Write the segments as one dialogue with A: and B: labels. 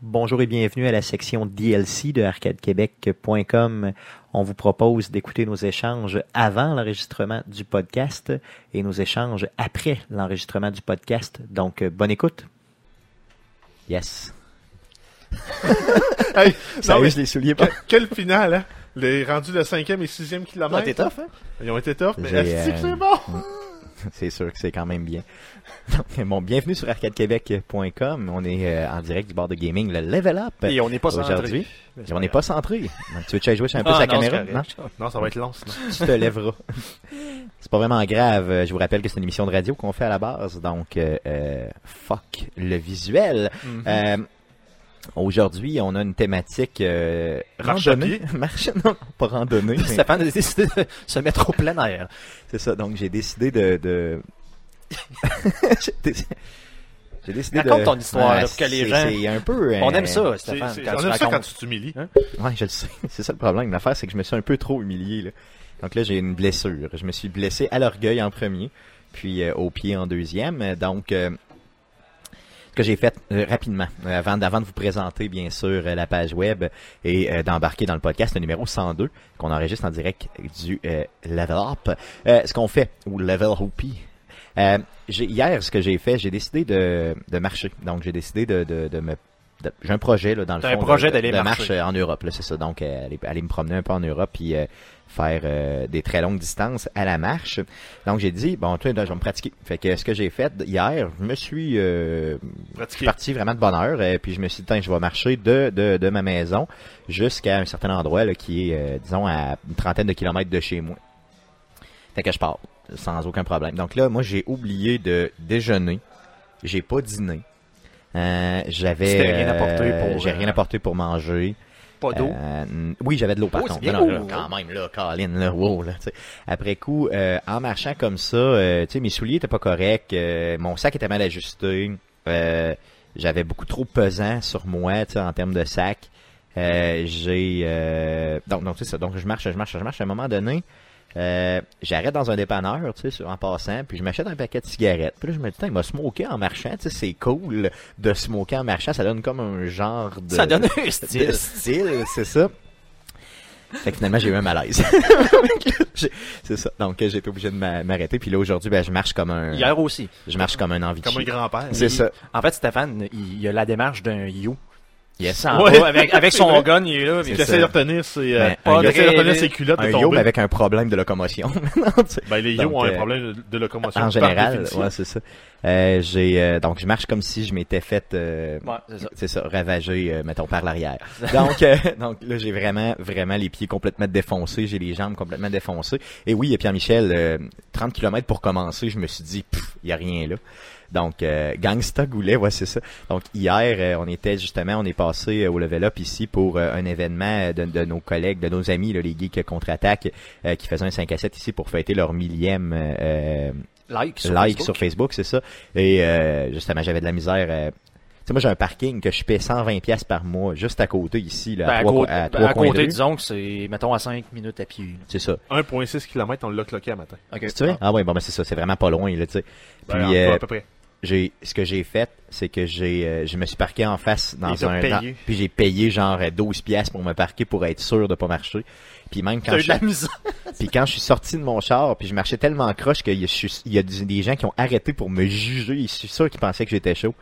A: Bonjour et bienvenue à la section DLC de arcadequebec.com. On vous propose d'écouter nos échanges avant l'enregistrement du podcast et nos échanges après l'enregistrement du podcast. Donc, euh, bonne écoute. Yes.
B: Hey,
A: Ça
B: non, mais
A: use les souliers pas.
B: quel final, hein? Les rendus le cinquième et sixième kilomètre.
C: Ouais, t'es tough, hein?
B: Ils ont été tough, mais
A: Ah, J'ai,
B: est-ce que
A: euh,
B: c'est bon?
A: C'est sûr que c'est quand même bien. Donc, bon, bienvenue sur arcadequebec.com. On est euh, en direct du bar de gaming, le Level Up.
C: Et on n'est pas centré.
A: Aujourd'hui,
C: Mais
A: Et on n'est
C: grave.
A: pas centré. Donc, Tu veux te jouer un peu
C: Ah,
A: sa
C: non, c'est
A: caméra? Non?
C: correct.
B: Non, ça va être long, sinon.
A: tu te lèveras. C'est pas vraiment grave. Euh, Je vous rappelle que c'est une émission de radio qu'on fait à la base, donc euh, euh, fuck le visuel.
C: Mhm.
A: Euh, Aujourd'hui, on a une thématique euh,
B: Marche
A: randonnée. Marche, non, pas randonnée. mais-
C: Stéphane a décidé de se mettre au plein air.
A: c'est ça. Donc, j'ai décidé de. de... j'ai dé- j'ai décidé
C: Raconte
A: de-
C: ton histoire, là, pour que les
A: c'est-
C: gens-
A: C'est un peu.
C: On
A: euh,
C: aime ça,
B: C'est-
C: Stéphane.
B: c'est-
C: quand
B: on
C: tu
B: aime ça quand
C: racontes.
B: tu t'humilies.
A: Ouais, je le sais. C'est ça le problème. L'affaire, c'est que je me suis un peu trop humilié. Là. Donc là, j'ai une blessure. Je me suis blessé à l'orgueil en premier, puis euh, au pied en deuxième. Euh, Donc, euh, ce que j'ai fait euh, rapidement, euh, avant, d- avant de vous présenter, bien sûr, euh, la page web et euh, d'embarquer dans le podcast, le numéro 102, qu'on enregistre en direct du euh, Level Up, euh, ce qu'on fait, ou Level Hoopy. Euh, j'ai- hier, ce que j'ai fait, j'ai décidé de, de marcher. Donc, j'ai décidé de, de, de me... de- J'ai un projet, là, dans le
C: T'as un
A: fond, de-
C: projet
A: de-
C: d'aller
A: de marche
C: marcher.
A: euh, en Europe, là, c'est ça. Donc, euh, aller, aller me promener un peu en Europe, puis euh, faire euh, des très longues distances à la marche. Donc, j'ai dit, bon, tu sais, je vais me pratiquer. Fait que ce que j'ai fait hier, je me suis... euh,
B: Pratiquer.
A: parti vraiment de bonne heure. euh, puis je me suis dit, Tiens, je vais marcher de, de, de ma maison jusqu'à un certain endroit là, qui est, euh, disons, à une trentaine de kilomètres de chez moi. Fait que je pars, sans aucun problème. Donc là, moi, j'ai oublié de déjeuner. J'ai pas dîné. Euh, j'avais
C: C'était rien apporté pour,
A: j'ai
C: euh,
A: rien apporté pour manger
C: Pas d'eau.
A: Euh, n- oui j'avais de l'eau par
C: Oh, c'est
A: contre
C: bien,
A: Non, non,
C: oh,
A: là, quand même là Colin là wow là tu sais. après coup euh, en marchant comme ça euh, tu sais mes souliers étaient pas corrects euh, mon sac était mal ajusté euh, j'avais beaucoup trop pesant sur moi tu sais, en termes de sac. Euh, j'ai euh, donc donc c'est ça. Donc je marche, je marche, je marche. À un moment donné, euh, j'arrête dans un dépanneur, tu sais, sur- en passant, puis je m'achète un paquet de cigarettes. Puis là, je me dis, Tain, il m'a smoké en marchant, tu sais, c'est cool de smoker en marchant. Ça donne comme un genre de
C: Ça donne un
A: de
C: style.
A: style, c'est ça. Fait que finalement, j'ai eu un malaise. J'ai- c'est ça. Donc, j'ai été obligé de m'a- m'arrêter. Puis là, aujourd'hui, ben, je marche comme un,
C: Hier aussi.
A: je marche comme un envie de
B: Comme un
A: chier.
B: grand-père.
A: C'est ça.
C: En fait, Stéphane, il, il a la démarche d'un you. Il
A: Yes.
C: s'en
B: Ouais.
C: va avec, avec son
B: C'est vrai.
C: gun, il est là.
B: Il
C: mais-
A: C'est
B: essaie de
A: ça.
B: retenir ses,
A: Ben,
B: euh,
A: un
B: il essaie de
C: yo-
B: retenir ses culottes
A: un
B: de
A: yo, mais
B: tomber.
A: avec un problème de locomotion. Non, tu-
B: Ben, les yo
A: Donc,
B: ont un
A: euh,
B: problème de- de locomotion.
A: en
B: par
A: général,
B: définition.
A: ouais, c'est ça. Euh, j'ai euh, donc je marche comme si je m'étais fait euh,
C: Ouais, c'est ça.
A: c'est ça, ravager euh, mettons par l'arrière. Donc euh, donc là j'ai vraiment vraiment les pieds complètement défoncés, j'ai les jambes complètement défoncées. Et oui, et Pierre-Michel euh, 30 km pour commencer, je me suis dit pff, il y a rien là. Donc euh, Gangsta Goulet, ouais, c'est ça. Donc hier, euh, on était justement, on est passé euh, au level up ici pour euh, un événement euh, de, de nos collègues, de nos amis, là, les geeks contre-attaque, euh, qui faisaient un 5 à 7 ici pour fêter leur millième euh,
C: Like sur
A: like
C: Facebook.
A: sur Facebook, c'est ça. Et euh, justement, j'avais de la misère. euh, tu sais, moi, j'ai un parking que je paie 120 pièces par mois juste à côté ici, là,
C: Ben,
A: à,
C: à,
A: trois,
C: côté,
A: à
C: ben,
A: trois
C: à
A: coins de
C: côté,
A: rue.
C: disons que c'est, mettons, à 5 minutes à pied.
A: C'est ça.
B: 1,6 km, on l'a cloqué à matin.
A: C'est vrai? Ah ouais, bon, ben, c'est ça. C'est vraiment pas loin, là, tu sais.
B: Ben,
A: Puis,
B: en tout cas,
A: euh,
B: à peu près.
A: j'ai ce que j'ai fait c'est que j'ai euh, je me suis parqué en face dans
B: Et t'as
A: un
B: payé.
A: dans- puis j'ai payé genre euh, 12 pièces pour me parquer pour être sûr de pas marcher puis même quand
C: T'as eu
A: je,
C: de la misère.
A: puis quand je suis sorti de mon char puis je marchais tellement croche qu'il y a, je suis- il y a du- des gens qui ont arrêté pour me juger je suis sûr qu'ils pensaient que j'étais chaud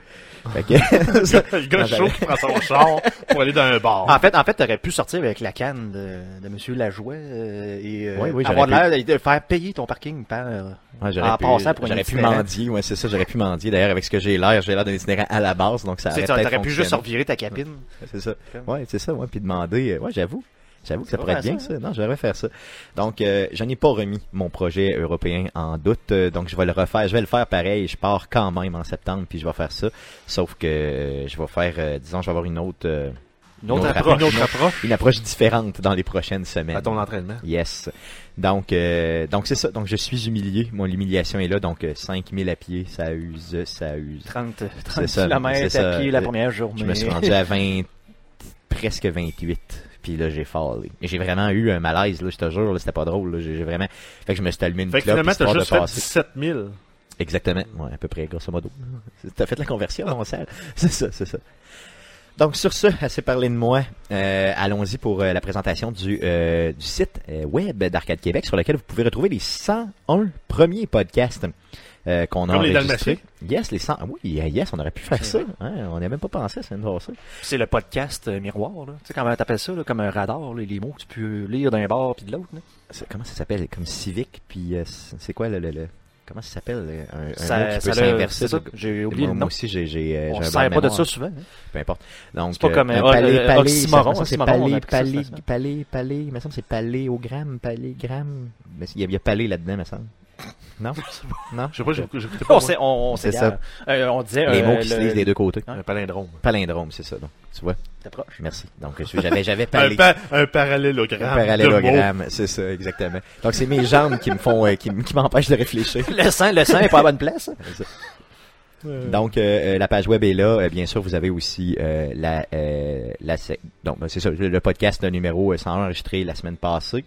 A: fait que ça-
B: Le gars
A: Non,
B: chaud qui prend son char pour aller dans un bar.
A: Ah,
C: En fait, en fait, t'aurais pu sortir avec la canne de, de Monsieur Lajoie euh, et euh,
A: Oui, oui,
C: avoir
A: j'aurais
C: l'air de de faire payer ton parking par. euh,
A: Ouais, j'aurais
C: En
A: pu,
C: passant pour un
A: j'aurais pu
C: itinérant.
A: mendier, ouais, c'est ça, j'aurais pu mendier. D'ailleurs, avec ce que j'ai l'air, j'ai l'air d'un itinérant à la base, donc ça
C: tu sais,
A: aurait
C: t'aurais
A: peut-être
C: pu juste
A: fonctionné.
C: revirer ta cabine.
A: C'est ça. Ouais, c'est ça, ouais, puis demander, euh, ouais, j'avoue. J'avoue que ça
C: C'est
A: pourrait être
C: vrai,
A: bien,
C: ça, hein.
A: ça. Non, j'aimerais faire ça. Donc, euh, je n'ai pas remis mon projet européen en doute. euh, donc, je vais le refaire. Je vais le faire pareil. Je pars quand même en septembre, puis je vais faire ça. Sauf que euh, je vais faire, euh, disons, je vais avoir une autre... euh,
C: Une autre
A: Une autre
C: approche.
A: approche.
C: Une autre approche.
A: Une approche différente dans les prochaines semaines.
C: À ton entraînement.
A: Yes. Donc, euh, donc c'est ça. Donc, je suis humilié. Mon humiliation est là. Donc, 5000 à pied, ça use, ça use.
C: 30, 30
A: C'est ça,
C: km
A: c'est ça.
C: à pied la
A: Je-
C: première journée.
A: Je me suis rendu à 20, presque 28. Puis là, j'ai fallu. J'ai vraiment eu un malaise, là, je te jure, là, c'était pas drôle. là. J'ai j'ai vraiment. Fait que je me suis allumé une
B: Fait que
A: clope,
B: finalement, t'as
A: histoire
B: juste
A: de
B: fait
A: passer.
B: 17 000.
A: Exactement, ouais, à peu près, grosso modo. T'as fait la conversion, mon sale. C'est ça, c'est ça. Donc sur ce, assez parlé de moi. Euh, Allons-y pour euh, la présentation du, euh, du site euh, web d'Arcade Québec sur lequel vous pouvez retrouver les 101 premiers podcasts euh, qu'on a
B: Comme les
A: enregistrés. Yes, les 100. ah Oui, euh, yes, on aurait pu faire ça. hein, on n'y a même pas pensé, c'est une passée.
C: C'est le podcast euh, miroir, là. Tu sais comment t'appelles ça, là, comme un radar, là, les mots que tu peux lire d'un bord puis de l'autre. là.
A: C'est- Comment ça s'appelle Comme civique, puis euh, c'est c'est quoi le, le- le- Comment ça s'appelle euh, un, un mot qui peut
C: ça le-
A: s'inverser
C: c'est ça,
A: Moi-
C: J'ai oublié le
A: Moi
C: nom.
A: aussi, j'ai j'ai, euh, j'ai
C: On
A: un blanc
C: se sert pas de
A: mémoire.
C: ça souvent. hein.
A: peu importe. Donc,
C: C'est pas comme, euh,
A: palais,
C: euh,
A: palais,
C: oxymoron,
A: ça, me semble que c'est
C: oxymoron, on
A: palais,
C: appelle ça,
A: palais,
C: ça, ça.
A: palais, palais, il me semble que c'est paléogramme, palégramme. Mais Il y a, il y a palais là-dedans, il me semble. Non? non?
B: Je sais pas, j'ai- j'écoutais pas.
C: On
B: moi.
C: s'est- on, on
A: C'est
C: s'égare. Euh, on disait
A: Les
C: euh,
A: mots qui se
C: le-
A: lisent des deux côtés.
B: Un palindrome.
A: Palindrome, c'est ça, donc. Tu vois?
C: T'approches.
A: Merci. Donc, je- j'avais, j'avais
B: Un,
A: palais.
B: pa un parallélogramme.
A: Un
B: de mots.
A: parallélogramme, c'est ça, exactement. Donc, c'est mes jambes qui me font, euh, qui, m- qui m'empêchent de réfléchir.
C: Le sang, le sang est pas à bonne place. hein.
B: Euh,
A: Donc, euh, euh, la page web est là. Euh, bien sûr, vous avez aussi euh, la, euh, la sec- donc euh, c'est ça, le le podcast de numéro euh, 101 enregistré la semaine passée.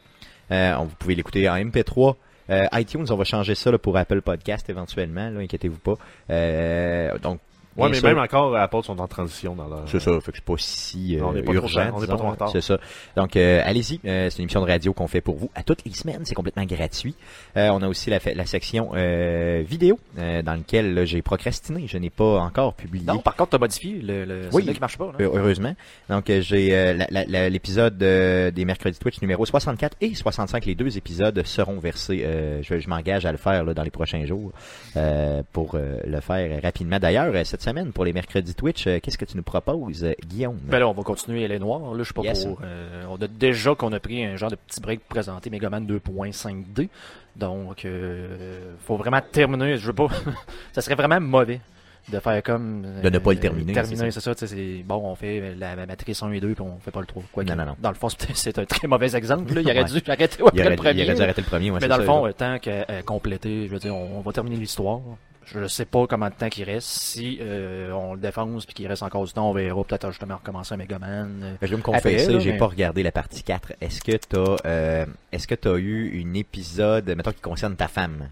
A: Euh, on, vous pouvez l'écouter en MP3. Euh, iTunes, on va changer ça là, pour Apple Podcast éventuellement, là, inquiétez-vous pas. Euh, donc,
B: Ouais,
A: bien
B: mais
A: sûr,
B: même encore, Apple sont en transition dans leur.
A: c'est ça, fait que c'est pas si euh,
B: On n'est pas trop
A: urgent.
B: tard, on n'est pas
A: disons,
B: trop en retard.
A: C'est ça. Donc, euh, allez-y. euh, c'est une émission de radio qu'on fait pour vous à toutes les semaines. C'est complètement gratuit. Euh, on a aussi la, fa- la section euh, vidéo euh, dans laquelle là, j'ai procrastiné. Je n'ai pas encore publié.
C: Non, par contre, t'as modifié le, le
A: Oui.
C: celui qui marche pas. là.
A: Euh, heureusement. Donc, euh, j'ai euh, la- la- la- l'épisode euh, des mercredis Twitch numéro 64 et 65. Les deux épisodes seront versés. euh, je je m'engage à le faire là, dans les prochains jours euh, pour euh, le faire rapidement. D'ailleurs, euh, cette semaine, pour les mercredis Twitch, euh, qu'est-ce que tu nous proposes, euh, Guillaume?
C: Ben là, on va continuer les noirs. Là, je suis pas
A: Yes.
C: pour. euh, on a déjà qu'on a pris un genre de petit break pour présenter Megaman 2.5D. Donc, euh, faut vraiment terminer. Je veux pas. ça serait vraiment mauvais de faire comme. euh,
A: De ne pas le terminer, c'est
C: Terminer, c'est ça. tu sais, c'est bon, on fait la, la matrice 1 et 2 puis on fait pas le 3. Quoi
A: Non,
C: que-
A: non, non.
C: Dans le fond, c'est c'est un très mauvais exemple. là. Il aurait
A: Ouais.
C: dû arrêter après
A: il aurait,
C: le premier.
A: il aurait dû arrêter le premier. ouais,
C: Mais
A: c'est
C: dans le
A: ça,
C: fond,
A: là.
C: euh, tant qu'à à compléter, je veux dire, on, on va terminer l'histoire. Je sais pas comment de temps qu'il reste. Si euh, on le défonce puis qu'il reste encore du temps, on verra peut-être justement recommencer un Megaman. euh,
A: je vais me
C: après,
A: confesser,
C: là,
A: j'ai
C: mais-
A: pas regardé la partie 4. Est-ce que t'as, euh, est-ce que t'as eu une épisode, mettons, qui concerne ta femme?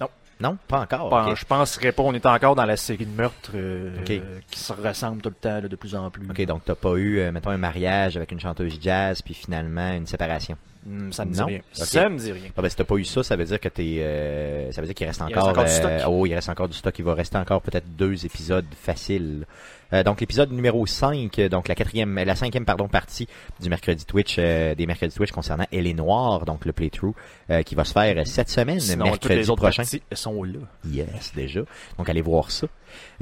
C: Non.
A: Non, pas encore.
C: pas-
A: ok.
C: Je penserais pas. On est encore dans la série de meurtres euh,
A: Ok.
C: euh, qui se ressemblent tout le temps là, de plus en plus.
A: Ok, donc t'as pas eu, euh, mettons, un mariage avec une chanteuse jazz, puis finalement une séparation.
C: Hmm, ça me dit
A: Non.
C: rien.
A: Ok.
C: Ça me dit rien.
A: Ah ben, si t'as pas eu ça, ça veut dire que t'es, euh, ça veut dire qu'il reste
C: Il reste
A: encore,
C: encore du
A: euh,
C: stock.
A: oh, il reste encore du stock. Il va rester encore peut-être deux épisodes faciles. Euh, donc l'épisode numéro 5, euh, donc la quatrième, euh, la cinquième pardon partie du mercredi Twitch, euh, des mercredis Twitch concernant Elle est noire, donc le playthrough euh, qui va se faire euh, cette semaine,
C: Sinon, toutes
A: mercredi
C: les autres
A: prochain.
C: parties sont là.
A: Yes, déjà. Donc, allez voir ça.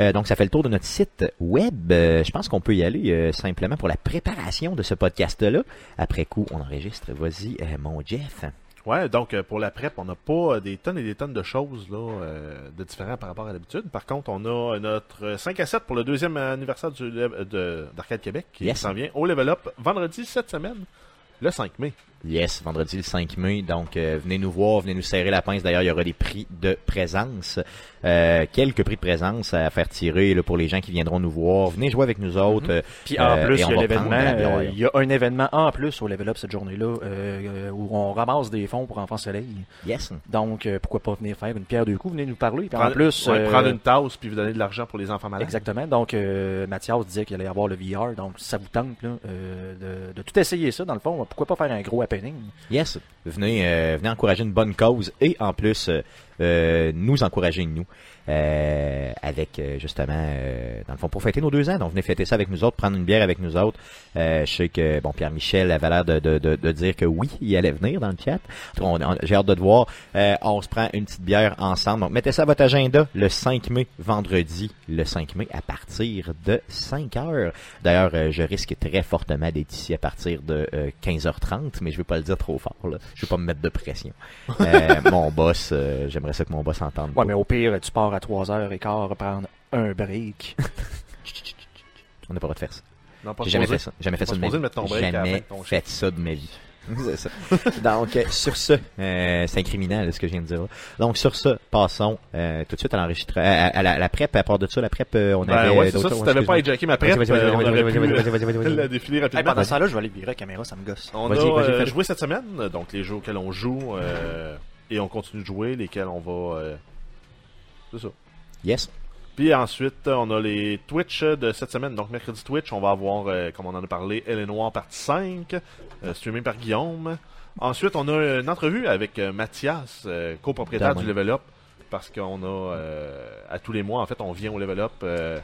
A: Euh, donc, ça fait le tour de notre site web. Euh, je pense qu'on peut y aller euh, simplement pour la préparation de ce podcast-là. Après coup, on enregistre. Vas-y, euh, mon Jeff.
B: Ouais, donc euh, pour la prep, on n'a pas euh, des tonnes et des tonnes de choses là, euh, de différents par rapport à l'habitude. Par contre, on a euh, notre euh, 5 à 7 pour le deuxième anniversaire du lev- de- d'Arcade Québec qui
A: Yes.
B: s'en vient au Level Up vendredi cette semaine, le 5 mai.
A: Yes, vendredi le 5 mai. Donc, euh, venez nous voir, venez nous serrer la pince. D'ailleurs, il y aura des prix de présence. Euh, quelques prix de présence à faire tirer là, pour les gens qui viendront nous voir. Venez jouer avec nous autres. Euh,
C: Puis en
A: Euh,
C: plus,
A: et
C: il
A: on
C: y a
A: va
C: l'événement,
A: prendre la bière.
C: euh, il y a un événement en plus au Level Up cette journée-là euh, euh, où on ramasse des fonds pour Enfants Soleil.
A: Yes.
C: Donc, euh, pourquoi pas venir faire une pierre deux coups, venir nous parler. Puis en
B: Prendre-
C: plus,
B: ouais,
C: euh,
B: prendre une tasse puis vous donner de l'argent pour les enfants malades.
C: exactement. Donc, euh, Mathias disait qu'il allait y avoir le VR. Donc, si ça vous tente là, euh, de, de tout essayer ça, dans le fond, pourquoi pas faire un gros happening?
A: Yes. Venez, euh, venez encourager une bonne cause et en plus euh, euh, nous encourager nous euh, avec euh, justement euh, dans le fond pour fêter nos deux ans. Donc venez fêter ça avec nous autres, prendre une bière avec nous autres. Euh, je sais que bon Pierre Michel avait l'air de, de, de, de dire que oui, il allait venir dans le chat. En tout cas, on- on- J'ai hâte de te voir. Euh, on se prend une petite bière ensemble. Donc mettez ça à votre agenda le 5 mai, vendredi le 5 mai à partir de 5 heures. D'ailleurs, euh, je risque très fortement d'être ici à partir de euh, 15h30, mais je veux pas le dire trop fort. Là. Je veux pas me mettre de pression. Euh, mon boss, euh, j'aimerais ça que mon boss entende.
C: Ouais,
A: pas.
C: mais au pire, tu pars à 3h15 prendre un break.
A: On n'a pas le droit de faire ça.
B: Non, pas
A: J'ai jamais
B: supposé.
A: fait ça. Jamais fait
B: Pas
A: ça de ma vie.
B: supposé de mettre ton break à la fin de
A: Jamais
B: ton shift.
A: fait ça de ma vie. C'est ça. Donc, euh, sur ce, euh, c'est incriminal ce que je viens de dire. là. Donc, sur ce, passons euh, tout de suite à l'enregistrement, à, à la, à la prep. À part de ça, la prep, euh, on
B: Ben
A: avait
B: ouais, c'est
A: d'autres
B: ça. Si
A: choses.
B: t'avais
A: Excuse-moi.
B: pas hijacké ma prep,
A: Vas-y, vas-y,
B: euh, on
A: vas-y,
B: aurait
A: vas-y,
B: pu
A: vas-y, vas-y,
B: euh,
A: vas-y, vas-y, vas-y.
B: la défiler
C: Hey,
B: rapidement.
C: pendant ça, là, je vais aller virer la caméra, ça me gosse.
B: On
A: Vas-y,
B: a
A: vas-y,
B: euh,
A: fais-le.
B: joué cette semaine, donc les jeux auxquels on joue euh, et on continue de jouer, lesquels on va. euh, C'est ça.
A: Yes.
B: Puis ensuite, on a les Twitch de cette semaine. Donc mercredi Twitch, on va avoir, euh, comme on en a parlé, Elle est Noire partie 5, euh, streamé par Guillaume. Ensuite, on a une entrevue avec euh, Mathias, euh, copropriétaire
A: Demain.
B: du Level Up, parce qu'on a, euh, à tous les mois, en fait, on vient au Level Up. euh,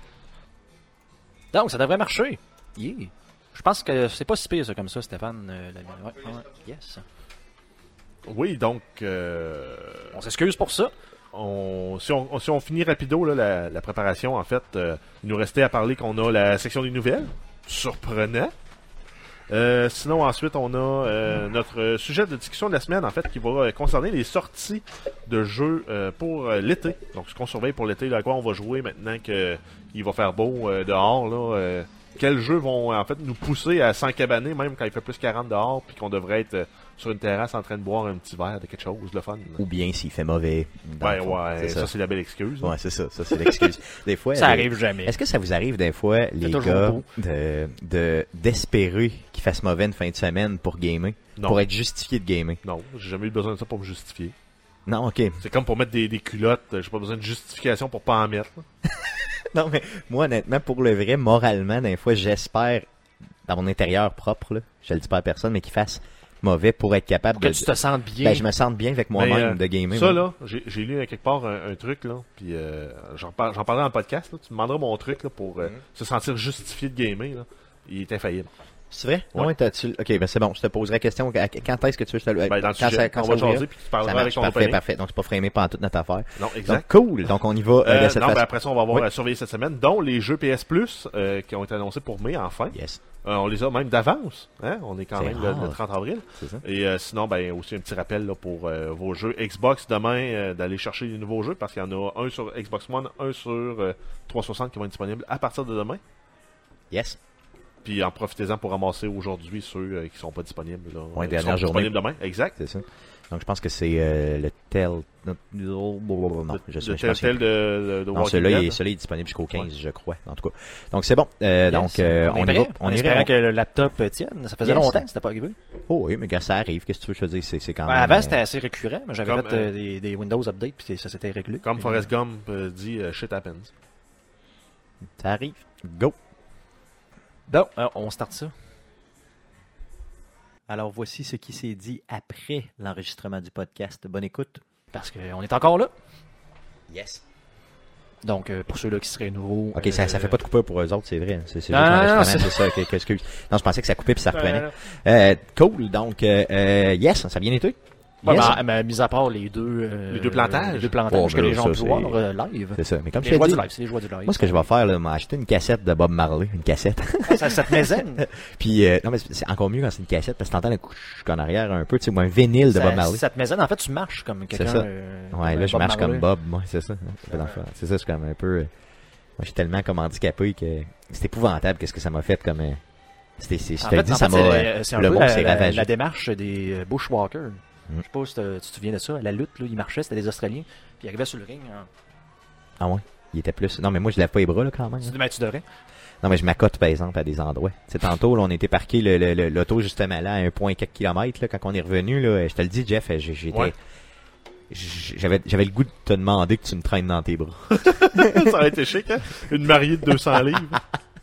C: Donc, ça devrait marcher. Yeah. Je pense que c'est pas si pire, ça, comme ça, Stéphane. euh, la- ouais, ouais, yes.
B: Oui, donc... euh,
C: On s'excuse pour ça.
B: on, si, on, si on finit rapido là, la, la préparation, en fait, euh, il nous restait à parler qu'on a la section des nouvelles. Surprenant. Euh, sinon, ensuite, on a euh, notre sujet de discussion de la semaine, en fait, qui va euh, concerner les sorties de jeux euh, pour euh, l'été. Donc, ce qu'on surveille pour l'été, là, à quoi on va jouer maintenant que il va faire beau euh, dehors. Là, euh, quels jeux vont, en fait, nous pousser à s'encabaner, même quand il fait plus 40 dehors, puis qu'on devrait être euh, sur une terrasse en train de boire un petit verre de quelque chose, le fun. là.
A: Ou bien s'il fait mauvais. dans
B: Ouais,
A: le fond.
B: Ben ouais,
A: C'est
B: ça,
A: ça.
B: c'est la belle excuse.
A: Ouais, c'est ça. Ça, c'est l'excuse. Des fois,
C: Ça
A: les-
C: arrive jamais.
A: Est-ce que ça vous arrive des fois, les
C: toujours
A: gars,
C: beau.
A: de, de, d'espérer qu'il fasse mauvais une fin de semaine pour gamer?
B: Non.
A: Pour être justifié de gamer?
B: Non, j'ai jamais eu besoin de ça pour me justifier.
A: Non, ok.
B: C'est comme pour mettre des, des culottes, j'ai pas besoin de justification pour pas en mettre.
A: Non, mais moi, honnêtement, pour le vrai, moralement, des fois, j'espère, dans mon intérieur propre, là, je le dis pas à personne, mais qu'il fasse mauvais pour être capable
C: Pour que
A: de...
C: tu te sentes bien.
A: Ben, je me sente bien avec moi-même
B: Mais, euh,
A: de gamer.
B: ça,
A: moi.
B: là, j'ai j'ai lu euh, quelque part un, un truc, là, puis euh, j'en par- j'en parlerai dans le podcast, là, tu me demanderas mon truc là, pour euh, se sentir justifié de gamer. Là. Il est infaillible.
A: C'est vrai?
B: Ouais.
A: Ouais, t'as-tu... Ok, ben c'est bon, je te poserai la question. à- Quand est-ce que tu veux que je te le...
B: Ben, dans le
A: Euh, quand
B: sujet,
A: ça, quand
B: on
A: ça
B: va
A: ouvrira?
B: jaser, puis tu parleras
A: Ça
B: avec
A: marche,
B: ton
A: parfait,
B: compagnie.
A: parfait. Donc, c'est pas framé pendant toute notre affaire.
B: Non, exact.
A: Donc, cool! Donc, on y va euh,
B: Euh,
A: de cette
B: non, ben,
A: façon.
B: après ça, on va avoir
A: Oui.
B: à surveiller cette semaine, dont les jeux PS Plus euh, qui ont été annoncés pour mai, enfin.
A: Yes,
B: Euh, on les a même d'avance. Hein? On est quand
A: C'est
B: même le- le
A: rare.
B: 30 avril.
A: c'est ça.
B: Et euh, sinon, ben aussi un petit rappel là, pour euh, vos jeux Xbox demain, euh, d'aller chercher les nouveaux jeux parce qu'il y en a un sur Xbox One, un sur euh, 360 qui vont être disponibles à partir de demain.
A: Yes.
B: Puis en profitez-en pour ramasser aujourd'hui ceux euh, qui sont pas disponibles. Là,
A: Ouais,
B: Euh, qui
A: dernière
B: sont
A: journée.
B: Disponibles demain, exact.
A: C'est ça. Donc je pense que c'est euh, le tel. Non, non, je sais,
B: de
A: je pense que-
B: tel de, de, de
A: Non,
B: Walking
A: celui-là
B: Dead.
A: est, celui-là est disponible jusqu'au 15, je crois, en tout cas. Donc c'est bon. Euh,
C: Yes.
A: Donc euh, on,
C: est
A: y
C: prêt.
A: va.
C: On
A: y
C: espérant
A: va.
C: que le laptop euh, tienne. Ça faisait
A: Yes.
C: longtemps que c'était pas arrivé.
A: Oh oui, mais gars, ça arrive. Qu'est-ce que tu veux que je te dise? C'est, c'est quand
C: Ouais,
A: même.
C: Ben, avant,
A: euh,
C: c'était assez récurrent, mais j'avais
B: comme,
C: fait euh,
B: euh,
C: des, des Windows Update puis ça s'était réglé.
B: Comme Forrest Gump euh, dit, euh, shit happens.
A: Ça arrive. Go.
C: Donc, euh, on start ça.
D: Alors voici ce qui s'est dit après l'enregistrement du podcast. Bonne écoute.
C: Parce qu'on est encore là.
A: Yes.
C: Donc, euh, pour ceux-là qui seraient nouveaux. euh,
A: Ok, ça, ça fait pas de coupeur pour eux autres, c'est vrai. hein. C'est, c'est
C: Non,
A: juste
C: non, non,
A: l'enregistrement,
C: c'est-
A: c'est ça. que- que- excuse. Non, je pensais que ça coupait puis ça
C: ben,
A: reprenait. Euh,
B: Euh,
A: cool. Donc, euh, euh, yes, ça a bien été.
C: Ouais,
A: Yes.
C: bah, mais mis à part les deux, euh,
B: Les deux plantages.
C: les deux plantages
A: Oh,
C: que
A: mais là,
C: les gens
A: ça,
C: ont pu
A: c'est-
C: voir euh, live.
A: C'est ça. Mais comme
C: Les
A: je t'ai
C: joies
A: dit,
C: du live, c'est les joies du live.
A: moi, ce que je vais faire, là, m'acheter une cassette de Bob Marley, une cassette.
C: ça, ça te mésaine.
A: Puis, euh, non, mais c'est c'est encore mieux quand c'est une cassette parce que t'entends le couche en arrière un peu, tu sais, ou un vinyle de Bob
C: ça,
A: Marley.
C: ça te mésaine. En fait, tu marches comme quelqu'un.
A: ça.
C: euh, comme
A: ouais, là,
C: un
A: je
C: Bob
A: marche
C: Marley.
A: comme Bob, moi, c'est ça. hein, c'est l'enfer. C'est ça, je suis comme un peu. euh, moi, je suis tellement comme handicapé que c'est épouvantable qu'est-ce que ça m'a fait comme. euh, C'était, c'est, je
C: En
A: te
C: fait,
A: le dis,
C: en
A: ça
C: fait,
A: m'a.
C: c'est-
A: euh,
C: c'est un
A: le
C: peu
A: mot
C: la,
A: s'est
C: la-
A: ravagé.
C: la démarche des euh, Bushwalkers.
A: Mm.
C: Je sais pas si te- tu te souviens de ça. La lutte, là, ils marchaient, c'était des Australiens. Puis ils arrivaient sur le ring. hein.
A: Ah ouais? Il était plus. Non, mais moi, je lève pas les bras, là, quand même.
C: Tu dis, mais tu devrais.
A: Non, mais je m'accote, par exemple, à des endroits. Tu sais, tantôt, là, on était parqué le, le- le- l'auto, justement, là, à un point et quelques kilomètres, là, quand on est revenu, là. Je te le dis, Jeff, j'ai- j'étais.
B: Ouais.
A: J'avais, j'avais le goût de te demander que tu me traînes dans tes bras.
B: ça aurait été chic, hein? Une mariée de 200 livres.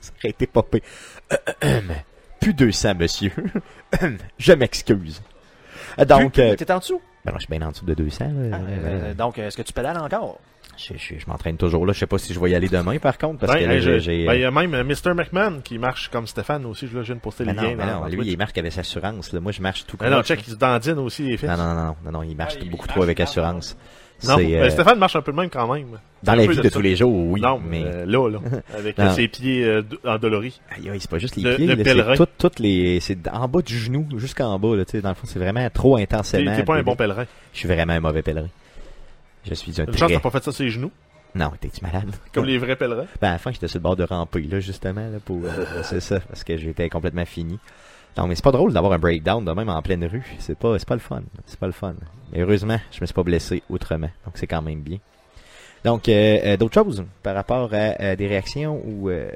A: Ça aurait été popé. Plus 200, monsieur. je m'excuse. Euh, Donc,
C: Puis,
A: euh,
C: t'es en dessous.
A: ben non, je suis bien en dessous de 200. là.
C: Ah,
A: Euh,
C: euh, donc, est-ce que tu pédales encore?
A: je je- je m'entraîne toujours là. Je sais pas si je vais y aller demain, par contre, parce
B: Ben,
A: que là,
B: hey,
A: j'ai...
B: j'ai-
A: j'ai-
B: ben, il y a même euh, Mr. McMahon qui marche comme Stéphane aussi. Je, là, je viens de poster
A: Mais
B: le
A: Ben, non,
B: lien.
A: mais
B: dans-
A: non,
B: dans
A: lui,
B: Twitch.
A: il marque avec assurance. Là. Moi, je marche tout
B: hein, Ah non,
A: croche.
B: check, il se dandine aussi les fesses.
A: Non, non, non, non, non, non, il marche
C: Ah, il
A: beaucoup
C: marche,
A: trop avec
C: il marche,
A: assurance.
B: Non,
A: C'est,
B: ben,
A: euh,
B: Stéphane marche un peu de même quand même.
A: dans
B: un
A: la
B: peu
A: vie
B: de
A: de
B: ça.
A: tous les jours, oui.
B: non, mais
A: mais
B: euh, là, là, avec
A: Non.
B: ses pieds euh, d- endoloris.
A: aïe, aïe, c'est pas juste les
B: le-
A: pieds,
B: le
A: là,
B: pèlerin.
A: c'est tout- toutes les, c'est en bas du genou jusqu'en bas. Là, tu sais, dans le fond, c'est vraiment trop
B: T'es
A: intensément.
B: t'es pas un
A: puis-
B: bon pèlerin.
A: Je suis vraiment un mauvais pèlerin. Je suis un
B: Une chance,
A: très
B: t'as pas fait ça sur les genoux.
A: Non, t'es-tu malade?
B: Comme les vrais pèlerins.
A: Ben, à la fin, j'étais sur le bord de ramper, là, justement, là, pour. euh, c'est ça, parce que j'étais complètement fini. Non, mais c'est pas drôle d'avoir un breakdown de même en pleine rue. C'est pas, c'est pas le fun. C'est pas le fun. Mais heureusement, je me suis pas blessé autrement. Donc, c'est quand même bien. Donc, euh, euh, d'autres choses par rapport à, euh, des réactions ou. euh,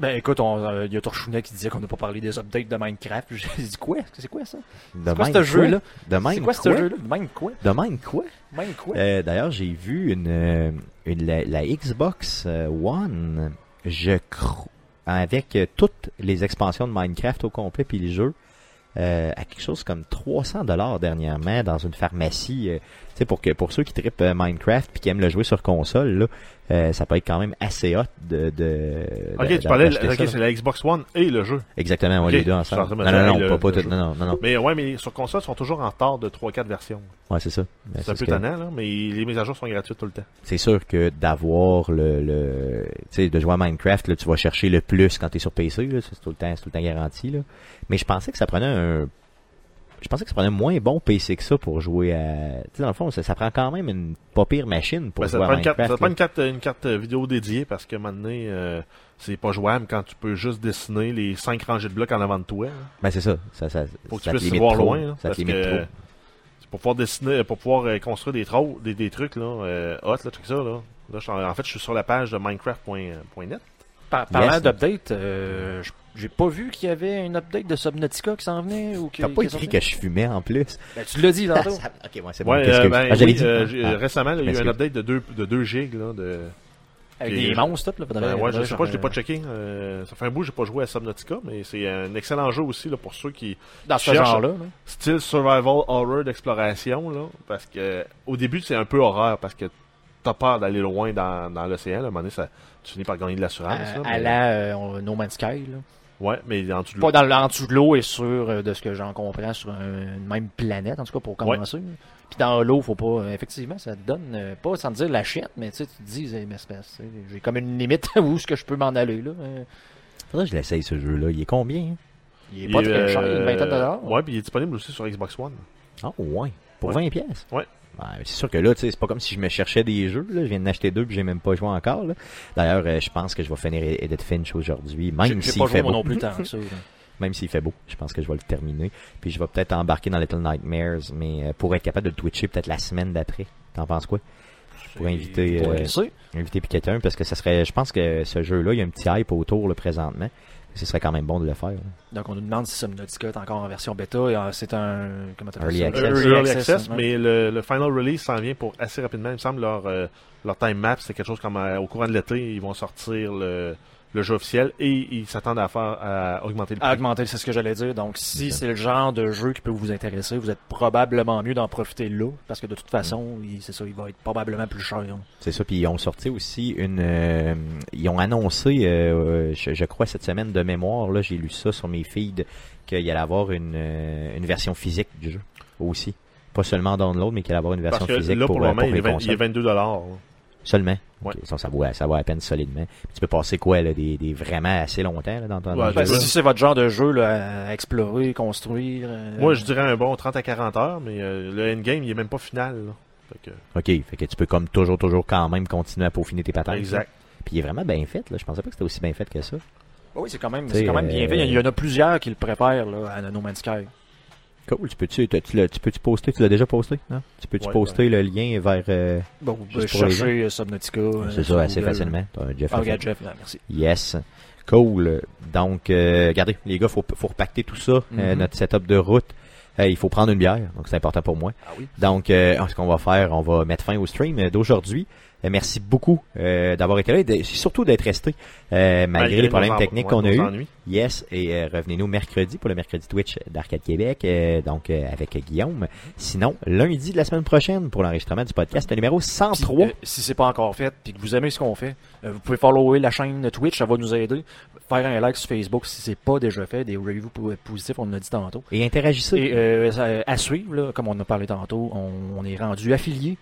C: Ben écoute, on- euh, il y a Torchounet qui disait qu'on n'a pas parlé des updates de Minecraft. J'ai dit quoi? C'est quoi ça?
A: de
C: C'est quoi
A: même
C: ce jeu-là?
A: De même
C: C'est quoi ce
A: quoi?
C: jeu-là? De Mine quoi?
A: De même quoi?
C: Mine quoi?
A: Euh, D'ailleurs, j'ai vu une, euh, une- la, la Xbox euh, One, je crois, avec euh, toutes les expansions de Minecraft au complet puis les jeux, euh, à quelque chose comme 300 dollars dernièrement dans une pharmacie. euh, tu sais, pour que pour ceux qui trippent euh, Minecraft puis qui aiment le jouer sur console, là, euh, ça peut être quand même assez hot de. de de-
B: Ok, tu parlais,
A: d'acheter
B: ok,
A: Ben, ça, là.
B: c'est la Xbox One et le jeu.
A: Exactement, ouais,
B: Ok,
A: les deux
B: je suis en
A: ensemble.
B: train de
A: Non,
B: me
A: non, non,
B: dire,
A: pas,
B: le-
A: pas
B: le
A: tout- Non, non, non, non.
B: Mais ouais, mais sur console, ils sont toujours en retard de 3-4 versions.
A: Ouais, Ben, c'est ça. Ouais,
B: C'est un
A: ce
B: peu
A: que-
B: tannant, là, mais les mises à jour sont gratuites tout le temps.
A: c'est sûr que d'avoir le, le tu sais de jouer à Minecraft là, tu vas chercher le plus quand tu es sur PC là, ça, c'est tout le temps c'est tout le temps garanti là. Mais je pensais que ça prenait un je pensais que ça prenait un moins bon PC que ça pour jouer à tu sais dans le fond ça, ça prend quand même une pas pire machine pour
B: Ben, ça
A: jouer
B: te
A: à
B: prend une carte,
A: Minecraft.
B: ça te
A: là.
B: prend une carte, une carte euh, vidéo dédiée parce que maintenant, euh, c'est pas jouable quand tu peux juste dessiner les 5 rangées de blocs en avant de toi. là.
A: Ben c'est ça, ça ça
B: Faut que
A: ça
B: tu
A: te
B: puisses
A: limite
B: voir
A: trop,
B: loin. là,
A: ça
B: parce
A: te limite
B: que,
A: trop.
B: c'est Pour pouvoir dessiner, pour pouvoir euh, construire des, trous, des, des trucs là, euh, hot, là, truc ça là. Là, je suis en, en fait, je suis sur la page de Minecraft.net.
C: Par- parlant
A: Yes.
C: d'update, euh, j- j'ai pas vu qu'il y avait une update de Subnautica qui s'en venait ou que,
A: T'as pas
C: qui est
A: écrit
C: sortie.
A: que je fumais en plus.
C: Ben, tu l'as dit
A: Ah,
C: tantôt.
A: ça- OK, ouais, c'est bon.
B: Ouais,
A: qu'est-ce
B: euh,
A: que
B: ben,
A: ah, j'allais
B: oui,
A: dit.
B: euh, j'ai-
A: Ah,
B: récemment, là, il y a eu un
A: M'excuse.
B: update de 2 de 2 gigs là, de,
C: Avec
B: Puis,
C: des
B: euh,
C: monstres, tout, là. faudrait-
B: Ben ouais, je
C: faudrait
B: sais
C: faire
B: pas, je l'ai
C: un-
B: pas checké. Euh, ça fait un bout, que j'ai pas joué à Subnautica, mais c'est un excellent jeu aussi là, pour ceux qui
C: Dans ce
B: cherche-
C: genre-là. là.
B: style survival horror d'exploration là, parce que au début c'est un peu horreur parce que t'as peur d'aller loin dans, dans l'océan. là. À un moment donné, ça, tu finis par gagner de l'assurance.
A: Ah,
C: À,
B: là,
C: à
B: mais-
C: la euh, on- No Man's Sky, là.
B: Ouais, mais en dessous de l'eau.
C: Pas dans le- en dessous de l'eau et sur, euh, de ce que j'en comprends, sur un- une même planète, en tout cas, pour commencer. Puis dans l'eau, faut pas. euh, Effectivement, ça te donne, euh, pas sans te dire la chiette, mais tu sais, tu te dis, eh, mais c'est pas- c'est- j'ai comme une limite où est-ce que je peux m'en aller, là. Euh,
A: faudrait que je l'essaye ce jeu là, il est combien hein?
C: Il est pas
B: Et,
C: très cher,
B: euh,
C: une vingtaine de dollars.
B: Ouais, puis il est disponible aussi sur Xbox One.
A: Ah ouais, pour
B: Ouais.
A: 20 pièces.
B: Ouais.
A: c'est sûr que là, tu sais, c'est pas comme si je me cherchais des jeux. Là. Je viens d'en acheter deux puis j'ai même pas joué encore. là. D'ailleurs, euh, je pense que je vais finir Edith Finch aujourd'hui,
C: J'ai
A: même
C: j'ai
A: s'il
C: pas joué
A: fait
C: moi
A: beau.
C: non plus tant que ça. là.
A: Même s'il fait beau, je pense que je vais le terminer. Puis je vais peut-être embarquer dans Little Nightmares, mais euh, pour être capable de le twitcher peut-être la semaine d'après. T'en penses quoi Pour inviter,
C: Pour
A: euh,
C: essayer.
A: inviter puis quelqu'un parce que ça serait, je pense que ce jeu-là, il y a un petit hype autour le présentement. Ce serait quand même bon de le faire. là.
C: Donc, on nous demande si Subnautica est encore en version bêta. et, euh, C'est un. Comment t'appelles
A: Early
C: ça?
A: access.
B: Euh, Early, access,
C: hein.
B: mais le, le final release s'en vient pour assez rapidement. Il me semble leur euh, leur time map, c'est quelque chose comme euh, au courant de l'été, ils vont sortir le, le jeu officiel et ils s'attendent à faire à augmenter le prix.
C: À augmenter, c'est ce que j'allais dire. Donc, si
A: Ok.
C: c'est le genre de jeu qui peut vous intéresser, vous êtes probablement mieux d'en profiter là, parce que de toute façon,
A: Mm.
C: il- c'est ça, il va être probablement plus cher. hein.
A: C'est ça, puis ils ont sorti aussi une... euh, ils ont annoncé, euh, euh, je, je crois cette semaine de mémoire, là j'ai lu ça sur mes feeds, qu'il allait avoir une, euh, une version physique du jeu aussi. Pas seulement en download, mais qu'il allait avoir une version
B: Parce que
A: physique
B: là, pour, le
A: euh,
B: moment, il,
A: les
B: est vingt- il
A: consoles.
B: est 22 dollars.
A: Seulement.
B: Ouais.
A: Ok, ça, ça, vaut, ça vaut à peine solidement. Puis tu peux passer quoi, là, des, des vraiment assez longtemps là, dans ton
B: Ouais,
A: dans le
C: Ben,
A: jeu, là?
C: si c'est votre genre de jeu là, à explorer, construire. euh,
B: Moi, je dirais un bon 30 à 40 heures, mais euh, le endgame, il est même pas final. là. Fait que-
A: Ok, fait que tu peux comme toujours, toujours quand même continuer à peaufiner tes patentes.
B: exact.
A: Puis il est vraiment bien fait, là. Je pensais pas que c'était aussi bien fait que ça.
C: Ah Oui, c'est quand même,
A: T'sais,
C: c'est quand même bien
A: euh,
C: fait. Il y en a plusieurs qui le préfèrent là, à No Man's Sky.
A: Cool, tu peux-tu tu, le- tu peux-tu poster, tu l'as déjà posté, non? Tu peux-tu
B: Ouais,
A: poster le lien vers... euh,
C: Bon,
A: Juste
C: ben,
A: pour les
C: chercher euh, Subnautica. euh,
A: C'est
C: sur
A: ça, assez
C: Google.
A: facilement. T'as un Jeff
C: Ah,
A: à
C: regarde,
A: faire.
C: Jeff, là, merci.
A: Yes. Cool. Donc, euh, regardez, les gars, faut, faut repacter tout ça, euh,
C: Mhm.
A: notre setup de route. Euh, il faut prendre une bière, donc c'est important pour moi.
C: Ah oui.
A: Donc, euh, ce qu'on va faire, on va mettre fin au stream euh, d'aujourd'hui. Euh, merci beaucoup euh, d'avoir été là et de- surtout d'être resté euh, malgré, les
B: nos
A: problèmes
B: en-
A: techniques
B: ouais,
A: qu'on a
B: nos
A: eus.
B: ennuis.
A: Yes, et euh, revenez-nous mercredi pour le mercredi Twitch d'Arcade Québec, euh, donc euh, avec Guillaume. Sinon, lundi de la semaine prochaine pour l'enregistrement du podcast numéro
C: Puis,
A: 103.
C: euh, si c'est pas encore fait, puis que vous aimez ce qu'on fait, euh, vous pouvez follower la chaîne Twitch, ça va nous aider. Faire un like sur Facebook si c'est pas déjà fait, des reviews po- positifs, on l'a dit tantôt.
A: Et interagissez.
C: Et euh, ça- à suivre, là, comme on a parlé tantôt, on, on est rendu affilié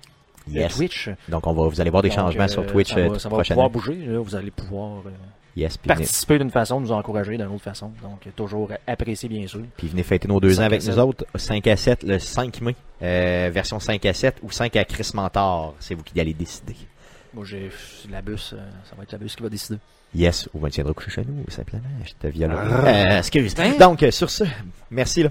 C: à
A: Yes.
C: Twitch.
A: Donc on va vous allez voir des
C: Donc,
A: changements
C: euh,
A: sur Twitch
C: ça va,
A: euh,
C: ça va
A: prochainement.
C: pouvoir bouger, là, vous allez pouvoir euh,
A: Yes, puis venez,
C: participer d'une façon, nous encourager d'une autre façon. Donc, toujours apprécié, bien sûr.
A: puis venez fêter nos deux ans
C: 5 à
A: avec
C: 7.
A: nous autres. 5 à 7 le 5 mai. Euh, version 5 à 7 ou 5 à Chris Mentor. C'est vous qui allez décider.
C: Moi, j'ai pff, la bus, euh, ça va être la bus qui va décider. Ah. Hein?
A: Yes, ou on tiendra coucher chez nous, simplement. Je te viole. Euh, excuse. Donc, euh, sur ce, merci là.